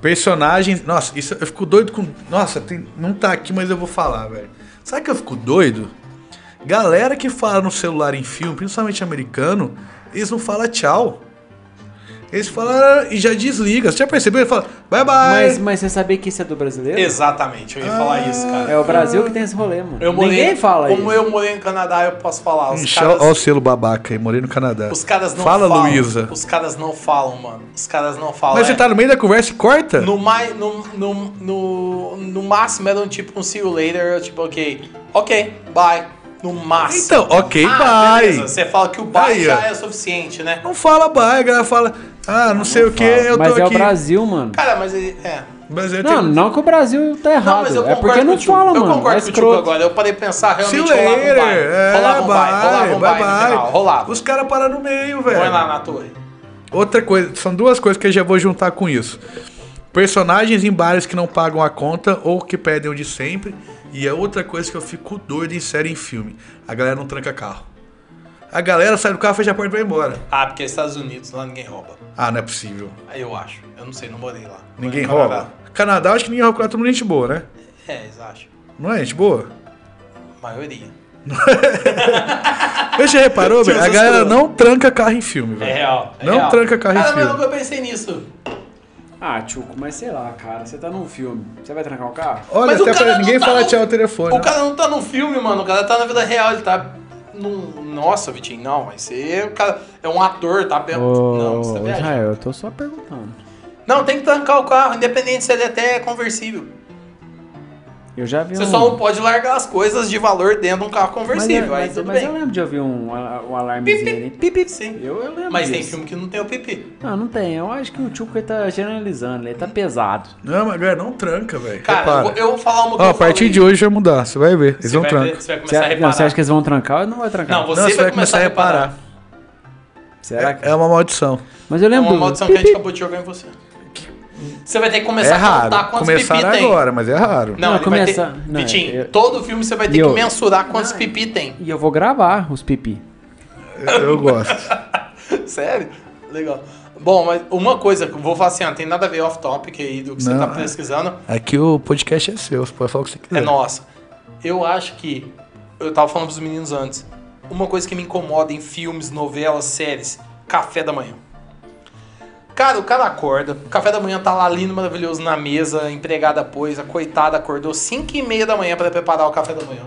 C: Personagens. Nossa, isso eu fico doido com. Nossa, tem- não tá aqui, mas eu vou falar, velho. Sabe que eu fico doido? Galera que fala no celular em filme, principalmente americano, eles não falam tchau. Eles falam "Ah", e já desliga. Você já percebeu? Ele fala bye bye.
A: Mas, mas você sabia que isso é do brasileiro?
B: Exatamente, eu ia
C: Ah.
B: falar isso, cara.
A: É o Brasil que tem esse rolê, mano.
B: Eu morei-
A: Ninguém fala isso.
B: como eu morei no Canadá, eu posso falar. Os
C: Inchal-
B: caras,
C: Ó o selo babaca aí, morei no Canadá.
B: os caras não
C: Fala,
B: falam.
C: Luísa.
B: Os caras não falam, mano. Os caras não falam.
C: Mas
B: é.
C: você tá no meio da conversa e corta?
B: No, mai, no, no, no, no máximo era um tipo um see you later, eu tipo, ok. Ok, bye. No máximo.
C: Então, ok,
B: Ah,
C: bye.
B: beleza, Você fala que o bye
C: Aí,
B: já
C: ó.
B: é suficiente, né?
C: Não fala bye, a galera fala, ah, não, sei o que, eu
A: mas
C: tô
A: é
C: aqui.
A: o Brasil, mano.
B: Cara, mas ele- é.
C: Mas eu
A: Não,
C: tenho...
A: não que o Brasil tá errado. é porque não
B: Tio.
A: fala, mano.
B: Eu concordo
A: é
B: com o Tio
A: escroto.
B: agora. Eu parei de pensar
C: Se
B: realmente rolava um
C: later,
B: bye.
C: é,
B: Rolava um bye, rolava um
C: bye,
B: bye no
C: bye,
B: final,
C: bye.
B: rolava.
C: Os caras param no meio,
A: é.
C: velho.
B: Põe lá na torre.
C: Outra coisa, são duas coisas que eu já vou juntar com isso. Personagens em bares que não pagam a conta ou que pedem o de sempre. E é outra coisa que eu fico doido em série e em filme. A galera não tranca carro. A galera sai do carro, fecha a porta e vai embora.
B: Ah, porque Estados Unidos, lá ninguém rouba.
C: Ah, não é possível.
B: Aí eu acho. Eu não sei, não morei lá.
C: Ninguém
B: Morei no
C: rouba.
B: Canadá.
C: Canadá, acho que ninguém rouba, porque lá todo mundo é gente boa, né?
B: É, eles acham.
C: Não é gente boa?
B: Maioria.
C: Você já reparou, velho? A
B: Jesus
C: galera
B: Cristo.
C: não tranca carro em filme,
B: É
C: velho.
B: real. é
C: Não
B: real.
C: tranca carro em
B: Cara, mas
C: fila.
B: nunca pensei nisso.
A: Ah, Tchuco, mas sei lá, cara. Você tá num filme. Você vai trancar o carro?
C: Olha,
B: Mas o
C: até
B: cara
C: pra
B: não
C: ninguém
B: tá
C: fala
B: no-
C: tchau ao telefone. né?
B: O cara não tá num filme, mano. O cara tá na vida real. Ele tá. Num... Nossa, Vitinho, não. Mas você o cara é um ator, tá? pe- não, você tá
A: Ô, é.
B: viajando.
A: Israel, eu tô só perguntando.
B: Não, tem que trancar o carro, independente se ele até é conversível.
A: Eu já vi
B: Você
A: um...
B: só não pode largar as coisas de valor dentro de um carro
A: mas, é-
B: conversível.
A: mas-
B: aí tudo
A: mas
B: bem.
A: eu lembro de ouvir um, ala- um alarmezinho ali. Pip, pip.
B: Sim.
A: Eu, eu lembro
B: Mas tem
A: disso.
B: filme que não tem o pipi.
A: Não, não tem. Eu acho que o Tchuco ele tá generalizando. Ele tá pesado.
C: Não, mas galera, não tranca, velho.
B: Cara, eu vou,
C: Repara.
B: eu vou falar uma
C: Ó, a partir de hoje vai mudar, você vai ver. Eles
B: você
C: não
B: vai,
C: trancam.
B: ver- você vai
A: Você,
B: começar a
A: não,
B: reparar.
A: você acha que eles vão trancar ou não vai trancar?
B: Não,
C: Não,
B: você, vai, começar a reparar.
A: Será que...
C: É uma maldição.
A: Mas eu
B: É
A: lembro
B: uma
A: do-
B: maldição que a
A: pip,
B: gente acabou de jogar em você. Você vai ter que
C: É
B: começar a contar
C: raro.
B: quantos
C: Começaram
B: pipi tem.
C: agora, mas é raro.
B: Não,
A: Não,
B: ele vai ter-
A: começa- não,
B: Vitinho,
A: eu-
B: todo filme você vai ter
A: E eu-
B: que mensurar quantos
A: Não,
B: pipi tem.
A: E eu vou gravar os pipi.
C: Eu, eu gosto.
B: Sério? Legal. Bom, mas uma coisa que eu vou falar assim, ó, tem nada a ver off-topic aí do que você
C: Não,
B: tá
C: é-
B: pesquisando.
C: Aqui o podcast é seu, você pode falar o que você
B: É
C: quiser.
B: nossa. Eu acho que. Eu tava falando pros meninos antes. Uma coisa que me incomoda em filmes, novelas, séries: café da manhã. Cara, o cara acorda, o café da manhã tá lá lindo, maravilhoso na mesa, a empregada pôs, a coitada acordou 5 e meia da manhã pra preparar o café da manhã.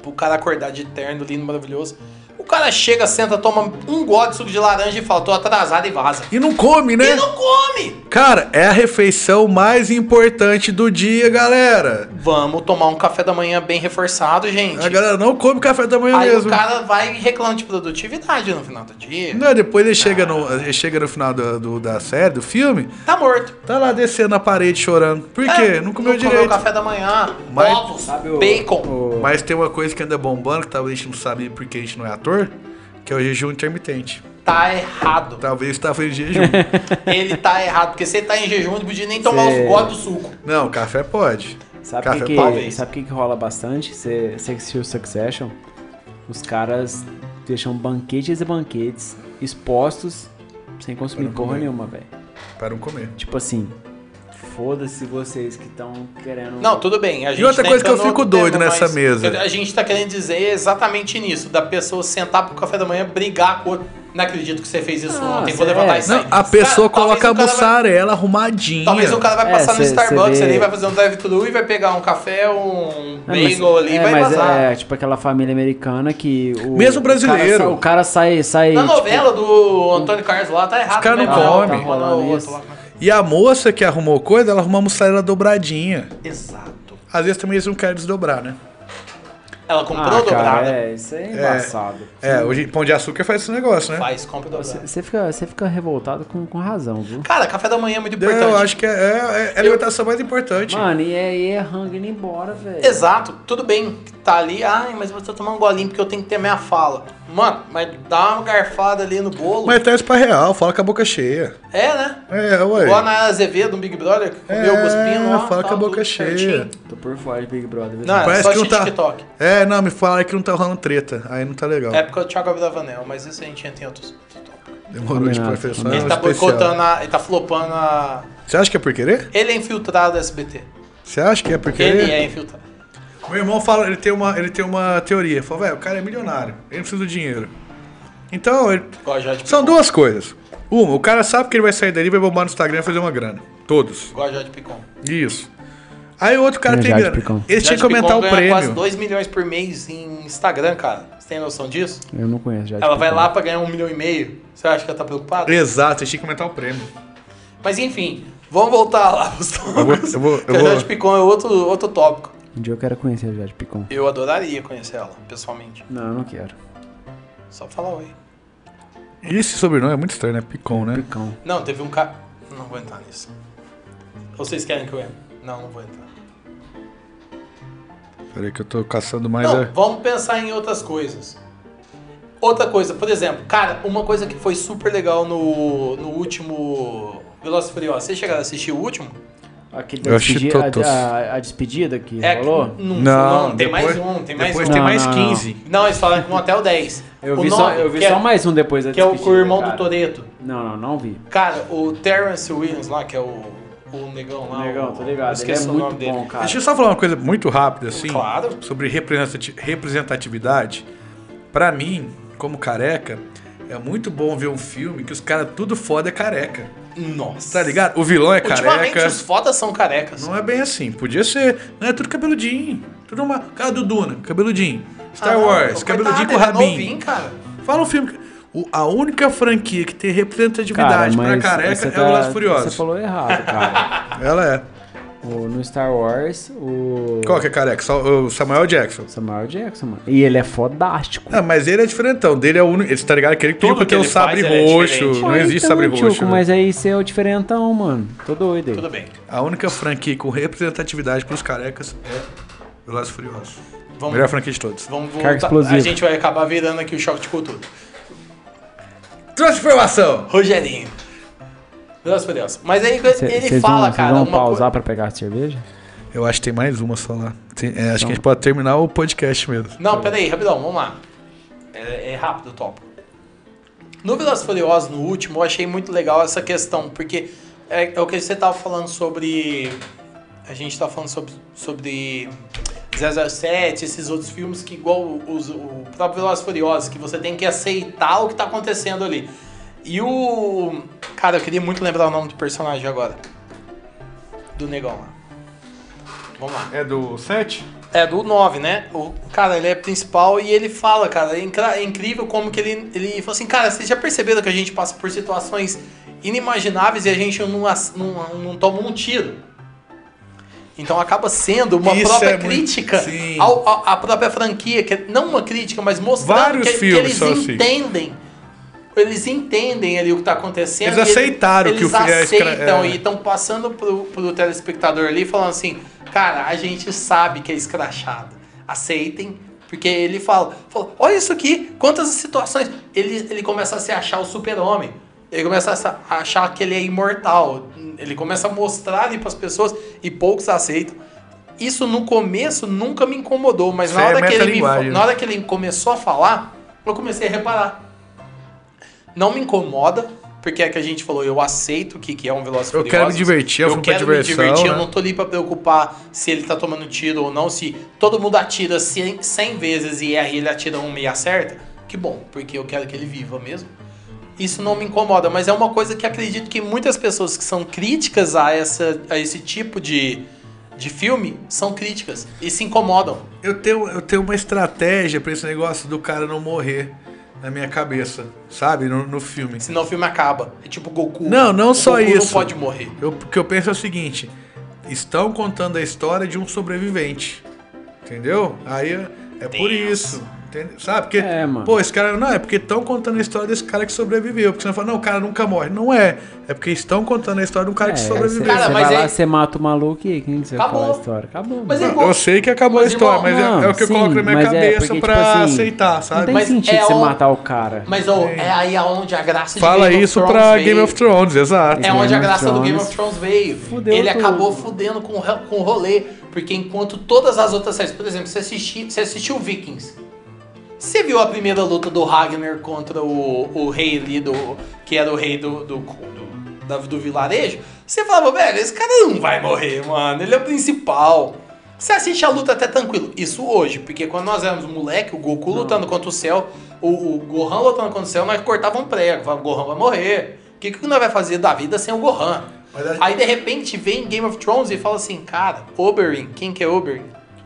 B: Pro cara acordar de terno, lindo, maravilhoso. O cara chega, senta, toma um gole de suco de laranja e fala, tô atrasado e vaza.
C: E não come, né?
B: E não come!
C: Cara, é a refeição mais importante do dia, galera.
B: Vamos tomar um café da manhã bem reforçado, gente.
C: A galera não come café da manhã
B: Aí
C: mesmo.
B: o cara vai e reclama de produtividade no final do dia.
C: Não, depois ele chega no, ele chega no final do- do- da série, do filme,
B: Tá morto.
C: tá lá descendo na parede chorando. Por quê?
B: É,
C: não comeu
B: comeu
C: direito.
B: café da manhã,
C: Mas-
B: ovos,
A: Sabe o-
B: bacon.
C: Mas tem uma coisa que anda bombando, que talvez a gente não sabe porque a gente não é ator, que é o jejum intermitente.
B: Tá errado.
C: Talvez tá fazendo jejum.
B: Ele tá errado, porque você tá em jejum, não podia nem tomar
A: Cê-
B: os goles do suco.
C: não, café pode.
A: Sabe o
C: café
A: que, que,
C: pode.
A: sabe que, que rola bastante? Você assistiu Succession? Os caras deixam banquetes e banquetes expostos sem consumir
C: Para não
A: porra
C: comer.
A: nenhuma, velho.
C: Para não comer.
A: Tipo assim, foda-se vocês que estão querendo.
B: Não, tudo bem. A gente
C: outra
B: tá
C: coisa que eu
B: entrando
C: fico
B: no
C: doido
B: tema,
C: nessa
B: mas
C: mesa.
B: A gente tá querendo dizer exatamente nisso, da pessoa sentar pro café da manhã, brigar com o outro. Não acredito que você fez isso
A: Ah,
B: ontem, vou
A: cê-
B: levantar
A: é.
B: e sair.
C: Não, a
B: Cara,
C: pessoa
B: talvez
C: coloca a
B: o cara vai-
C: mussarela arrumadinha.
B: Talvez um o cara vai
A: É,
B: passar no
A: cê- cê
B: Starbucks
A: vê-
B: ali, vai fazer um drive-thru e vai pegar um café, um
A: É, mas-
B: bagel ali e
A: é,
B: vai
A: mas
B: vazar.
A: é tipo aquela família americana que o
C: Mesmo
A: o cara
C: brasileiro.
A: sa- O cara, sai sai
B: Na
A: tipo,
B: novela do Antônio Carlos lá, tá errado.
C: caras
B: né?
C: não
B: Tá-
C: comem.
B: tá rolando
A: Isso.
B: outro lá.
C: E a moça que arrumou coisa, ela arruma a mussarela dobradinha.
B: Exato.
C: Às vezes também eles não querem desdobrar, né?
B: Ela
A: ah,
B: comprou
A: cara,
B: dobrada.
A: É, isso é embaçado.
C: É, hoje Pão de Açúcar faz esse negócio, né?
B: Faz, compra dobrada.
A: é. Você fica, você fica revoltado com, com razão, viu?
B: Cara, café da manhã é muito importante.
C: Eu acho que é, é- é a alimentação mais importante.
A: Mano, e é, e é rango indo embora, velho.
B: Exato, tudo bem. Tá ali, ai, mas vou ter que tomar um golinho porque eu tenho que ter minha fala. Mano, mas dá uma garfada ali no bolo.
C: Mas traz pra real, fala com a boca cheia.
B: É, né?
C: É, ué.
B: Igual na Azevedo, do Big Brother, que comeu o cuspindo lá.
C: É, fala
B: tal,
C: com a boca
B: tudo
C: é cheia.
B: certinho.
A: Tô por fora de Big Brother. viu?
B: Não, é
C: Parece
B: só
C: que não
B: assistir
C: tá.
B: TikTok.
C: É, não, me fala que não tá rolando treta. Aí não tá legal.
B: É porque o Thiago Abravanel, mas isso a gente entra em outros tópicos.
C: Demorou de
A: Combinado,
C: professor.
A: combinado.
B: Ele tá
C: especial.
B: boicotando, a, ele tá flopando a...
C: Você acha que é por querer?
B: Ele é infiltrado do SBT.
C: Você acha que é por querer?
B: Ele é infiltrado.
C: Meu irmão fala, ele tem uma, ele tem uma teoria. Fala, velho, o cara é milionário, ele precisa do dinheiro. Então, ele-
B: Igual a Jade
C: são
B: Picon.
C: duas coisas. Uma, o cara sabe que ele vai sair dali, vai bombar no Instagram e fazer uma grana. Todos.
B: Igual a Jade Picon.
C: Isso. Aí o outro cara
A: É,
C: tem
A: Jade
C: grana.
A: Picon.
C: Ele tinha
B: Jade
C: que aumentar
B: Picon
C: o
B: ganha quase
C: prêmio.
B: 2 milhões por mês em Instagram, cara. Você tem noção disso?
A: Eu não conheço já.
B: Ela vai lá pra ganhar um milhão e meio. Você acha que ela tá preocupada?
C: Exato, ele tinha que aumentar o prêmio.
B: Mas enfim, vamos voltar lá pros tópicos.
C: eu vou- eu
B: que a Jade
C: vou-
B: Picon é outro, outro tópico.
A: Um dia eu quero conhecer a Jade Picon.
B: Eu adoraria conhecer ela, pessoalmente.
A: Não, eu não quero.
B: Só falar oi.
C: E esse sobrenome é muito estranho, né? Picon, né?
A: Picão.
B: Não, teve um cara. Não vou entrar nisso. Ou vocês querem que eu entre? Não, não vou entrar.
C: Peraí que eu tô caçando mais
B: não,
C: a...
B: vamos pensar em outras coisas. Outra coisa, por exemplo, cara, uma coisa que foi super legal no, no último Velozes e Furiosos. Vocês chegaram a assistir o último?
A: Aquele
C: Eu
A: da
C: achei
A: despedi- a,
C: totos.
A: a- a despedida que rolou?
B: É que- Não, não,
C: Não,
B: tem
C: depois-
B: mais um, tem mais
C: Depois
B: um.
C: tem
A: Não,
C: mais
A: não, não.
C: 15.
B: Não, eles falam que vão até o 10.
A: Eu
B: O
A: vi, só,
B: nome,
A: eu vi
B: que
A: só
B: é,
A: mais um depois da
B: Que é o, com o
A: despedida,
B: irmão
A: cara.
B: do Toreto.
A: Não, não, não vi.
B: Cara, o Terrence Williams lá, que é o, o negão lá.
A: Negão,
B: o-
A: tô ligado. Ele é
B: esqueci o
A: muito
B: nome dele.
A: bom, cara.
C: Deixa eu só falar uma coisa muito rápida, assim.
B: Claro.
C: Sobre representati- representatividade. Pra mim, como careca, é muito bom ver um filme que os caras tudo foda é careca.
B: Nossa.
C: Tá ligado? O vilão é
B: Ultimamente
C: careca.
B: os fodas são carecas.
C: Não é bem assim. Podia ser. Não é tudo cabeludinho. Tudo uma. Cara do Duna, cabeludinho. Star
B: Ah,
C: Wars,
B: coitado,
C: cabeludinho com
B: ele é
C: rabinho.
B: novinho, cara.
C: Fala um filme. que- o- a única franquia que tem
A: Cara,
C: representatividade pra
A: mas
C: careca
A: você
C: é o
A: tá-
C: Velozes e Furiosos.
A: Você falou errado, cara.
C: Ela é.
A: O- no Star Wars, o.
C: Qual que é careca? Só- O Samuel Jackson.
A: Samuel Jackson, mano. E ele é fodástico.
C: Ah, mas ele é diferentão. Dele é o único. Ele tá ligado? Aquele que pediu
B: Tudo
C: pra ter
B: que
C: o
B: ele
C: sabre
B: faz, ele é
C: roxo.
B: diferente.
C: não
A: Ah,
C: existe
A: então,
C: sabre
A: tchuco,
C: roxo. né?
A: Mas aí você é o diferentão, mano. Tô doido aí.
B: Tudo bem.
C: A única franquia com representatividade pros carecas é Velozes e Furiosos.
B: Vamos,
C: Melhor franquia de todos.
B: vamos
A: Carga
B: voltar.
A: explosiva.
B: A gente vai acabar virando aqui o choque de cultura.
C: Trouxe informação!
B: Rogerinho. Deus por Deus. Mas aí
A: Cê-
B: ele
A: vocês
B: fala,
A: vão, vocês
B: cara,
A: vão
B: uma
A: pausar
B: coisa.
A: pra pegar a cerveja?
C: Eu acho que tem mais uma só lá. Tem- é, acho que a gente pode terminar o podcast mesmo.
B: Não, peraí, rapidão, vamos lá. É, é rápido o tópico. No Vilas Furiosas, no último, eu achei muito legal essa questão, porque é, é o que você tava falando sobre. A gente tava falando sobre, sobre 007, esses outros filmes que, igual os, o próprio Velozes e Furiosos, que você tem que aceitar o que tá acontecendo ali. E o. Cara, eu queria muito lembrar o nome do personagem agora. Do negão lá. Vamos lá.
C: É do 7?
B: É, do 9, né? O cara, ele é principal e ele fala, cara, é, incra- é incrível como que ele, ele falou assim, cara, vocês já perceberam que a gente passa por situações inimagináveis e a gente não, ass- não, não toma um tiro. Então acaba sendo uma
C: Isso
B: própria
C: é muito-
B: crítica
C: sim.
B: ao- ao- à própria franquia, que é- não uma crítica, mas mostrando
C: Vários
B: que, que
C: filmes
B: eles
C: são assim.
B: entendem. Eles entendem ali o que está acontecendo.
C: Eles
B: e ele-
C: aceitaram que o
B: eles
C: filme é escra-
B: aceitam
C: é.
B: e estão passando pro, pro telespectador ali falando assim, cara, a gente sabe que é escrachado. Aceitem, porque ele fala, fala, olha isso aqui, quantas situações. Ele, ele começa a se achar o super-homem. Ele começa a sa- a achar que ele é imortal. Ele começa a mostrar ali pras pessoas e poucos aceitam. Isso no começo nunca me incomodou, mas na
C: Isso é
B: hora, que ele me, fa-
C: metalinguagem.
B: na hora que ele começou a falar, eu comecei a reparar. Não me incomoda, porque é que a gente falou, eu aceito o que, que é um Velozes e
C: Eu quero me
B: Furiosos.
C: divertir, é um
B: Eu
C: filme pra
B: quero
C: diversão.
B: me divertir, eu
C: né?
B: não tô ali pra preocupar se ele tá tomando tiro ou não, se todo mundo atira 100, 100 vezes e erra e ele atira uma e acerta. Que bom, porque eu quero que ele viva mesmo. Isso não me incomoda, mas é uma coisa que acredito que muitas pessoas que são críticas a, essa, a esse tipo de, de filme são críticas e se incomodam.
C: Eu tenho, eu tenho uma estratégia pra esse negócio do cara não morrer na minha cabeça, sabe? No, no filme.
B: Senão o filme acaba. É tipo Goku.
C: Não, não
B: O
C: só
B: Goku
C: isso.
B: não pode morrer.
C: Eu- O que eu penso é o seguinte: estão contando a história de um sobrevivente. Entendeu? Aí é por
B: Deus.
C: isso. Entende? Sabe? Porque,
A: É, mano.
C: pô, esse cara. Não, é porque estão contando a história desse cara que sobreviveu. Porque você não fala, não, o cara nunca morre. Não é. É porque estão contando a história de um cara que
A: você
C: sobreviveu.
B: Cara, mas
A: É, vai
B: é-
A: lá, você mata o maluco e quem que você
B: Acabou.
A: fala a história? Acabou.
B: Mas
A: mano.
B: é
C: Eu sei que acabou a
B: Mas,
C: história,
B: irmão,
C: mas é-
A: não,
C: é, o que eu
A: sim,
C: coloco na minha
A: mas é,
C: cabeça
A: porque, tipo
C: pra
A: assim,
C: aceitar, sabe?
A: Não tem
B: Mas
A: sentido
B: é
A: você
B: o-
A: matar o cara.
B: Mas ô, é aí aonde a graça de
C: Fala
B: Game of
C: isso
B: Thrones
C: pra
B: veio.
C: Game of Thrones, exato.
B: É onde
A: Game
B: a
A: of
B: graça do Game
A: Thrones.
B: of Thrones veio.
A: Fudeu
B: ele
A: tudo.
B: acabou fudendo com, o re- com o rolê. Porque enquanto todas as outras séries, por exemplo, você, assisti, você assistiu Vikings. Você viu a primeira luta do Ragnar contra o, o rei ali, do, que era o rei do, do, do, da- do vilarejo? Você falava, velho, esse cara não vai morrer, mano. Ele é o principal. Você assiste a luta até tranquilo. Isso hoje, porque quando nós éramos moleque, o Goku lutando contra o céu, o, o Gohan lutando contra o céu, nós cortava um prego. Falava, Gohan vai morrer. O que, que nós vai fazer da vida sem o Gohan?
C: Mas a-
B: Aí de repente vem Game of Thrones e fala assim, cara, Oberyn, quem que é Oberyn?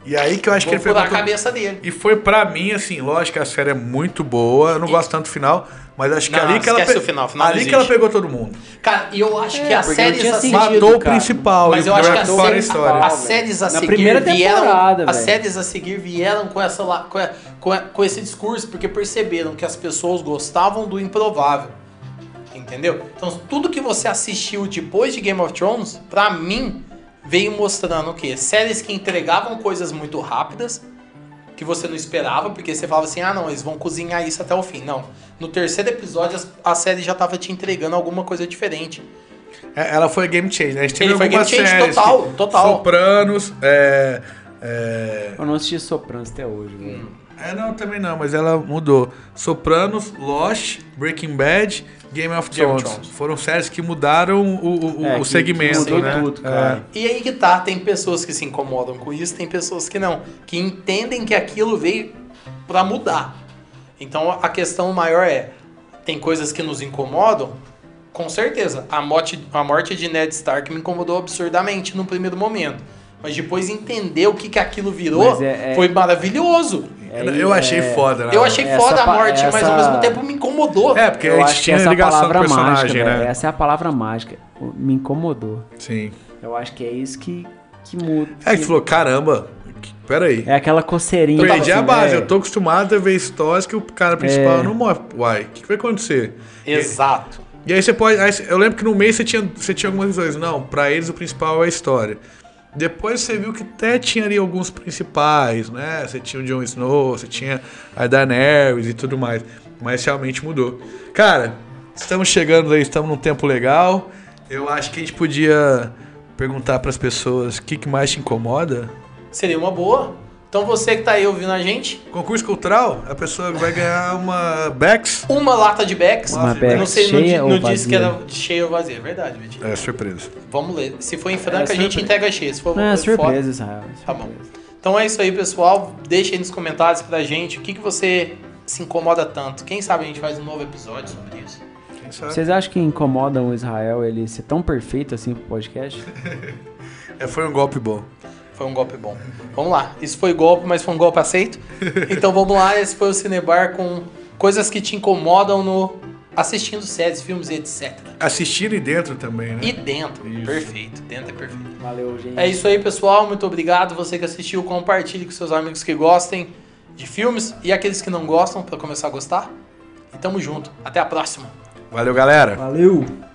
C: E aí que eu acho que
B: Vou
C: ele foi.
B: furar a
C: muito-
B: cabeça dele.
C: E foi pra mim, assim, lógico que a série é muito boa, eu não gosto tanto do final, mas acho que
B: Não,
C: ali que ela.
B: esquece
C: pe-
B: o final, o final não
C: ali que
B: existe.
C: ela pegou todo mundo.
B: Cara, e eu acho que as
A: É, porque não
B: séries
A: tinha
B: a seguir.
A: sentido.
C: Matou o
A: cara.
C: principal,
B: Mas
C: e
B: eu
C: o
B: acho que as
C: problema fora a
A: tá
B: séries,
C: história.
B: as séries a
A: Na
B: seguir
A: primeira temporada,
B: vieram, as
A: velho.
B: séries a seguir vieram com essa lá- com, a- com, a- com esse discurso porque perceberam que as pessoas gostavam do improvável. Entendeu? Então tudo que você assistiu depois de Game of Thrones, pra mim, veio mostrando o quê? Séries que entregavam coisas muito rápidas que você não esperava, porque você falava assim: "Ah, não, eles vão cozinhar isso até o fim". Não. No terceiro episódio as- a série já tava te entregando alguma coisa diferente.
C: É, Ela foi game change, né? A gente teve
B: Ele foi
C: algumas
B: game change
C: séries,
B: total,
C: tipo,
B: total.
C: Sopranos, é, é...
A: Eu não assisti Sopranos até hoje, velho.
C: É, não, também não, mas ela mudou. Sopranos, Lost, Breaking Bad, Game of
B: Game of
C: Thrones.
B: Thrones.
C: Foram séries que mudaram o, o- o-
A: É,
C: o
A: que-
C: segmento,
A: que mudou
C: né?
A: tudo, cara.
B: E aí que tá, tem pessoas que se incomodam com isso, tem pessoas que não, que entendem que aquilo veio pra mudar. Então a questão maior é, tem coisas que nos incomodam? Com certeza. A morte, a morte de Ned Stark me incomodou absurdamente no primeiro momento. Mas depois entender o que, que aquilo virou
A: Mas é- é-
B: foi maravilhoso.
A: É,
C: Eu- eu achei foda, né?
B: Eu achei
A: essa
B: foda a
A: pa-
B: morte, mas
A: essa-
B: ao mesmo tempo me incomodou.
C: É, porque
A: Eu
C: a
A: acho
C: gente
A: que
C: tinha
A: essa é a
C: ligação com o
A: palavra mágica,
C: personagem,
A: velho.
C: né?
A: Essa é a palavra mágica. Me incomodou.
C: Sim.
A: Eu acho que é isso que, que muda.
C: É, que falou, caramba, que- peraí.
A: É aquela coceirinha.
C: Perdi
A: assim,
C: a base,
A: velho.
C: eu tô acostumado a ver histórias que o cara principal não morre. Uai, o que, que vai acontecer?
B: Exato.
C: E aí você pode. aí você- eu lembro que no meio você tinha, você tinha algumas visões. Não, pra eles o principal é a história. Depois você viu que até tinha ali alguns principais, né? Você tinha o Jon Snow, você tinha a Daenerys e tudo mais. Mas realmente mudou. Cara, estamos chegando aí, estamos num tempo legal. Eu acho que a gente podia perguntar pras pessoas o que, que mais te incomoda.
B: Seria uma boa. Então você que tá aí ouvindo a gente,
C: Concurso cultural, a pessoa vai ganhar uma Bex.
B: uma lata de Becks.
A: Uma
B: Eu não
A: Bex
B: sei, não, di-
A: cheia
B: não
A: ou
B: disse
A: vazia?
B: que era cheia ou vazia, é verdade, Vitinho.
C: É surpresa.
B: Vamos ler. Se for em Franca,
A: É
B: a gente
A: surpresa.
B: entrega cheia. Se for
A: Não, é
B: for fora-
A: surpresa, Israel. é
B: Tá bom.
A: surpresa.
B: Então é isso aí, pessoal. Deixa aí nos comentários pra gente o que, que você se incomoda tanto. Quem sabe a gente faz um novo episódio sobre isso.
C: Quem sabe?
A: Vocês acham que incomodam o Israel ele ser tão perfeito assim pro podcast?
C: É, foi um golpe bom.
B: Foi um golpe bom. Vamos lá. Isso foi golpe, mas foi um golpe aceito. Então vamos lá. Esse foi o Cinebar com coisas que te incomodam no assistindo séries, filmes e etc.
C: Assistir e dentro também, né?
B: E dentro.
C: Isso.
B: Perfeito. Dentro é perfeito.
A: Valeu, gente.
B: É isso aí, pessoal. Muito obrigado. Você que assistiu, compartilhe com seus amigos que gostem de filmes e aqueles que não gostam, para começar a gostar. E tamo junto. Até a próxima.
C: Valeu, galera.
A: Valeu.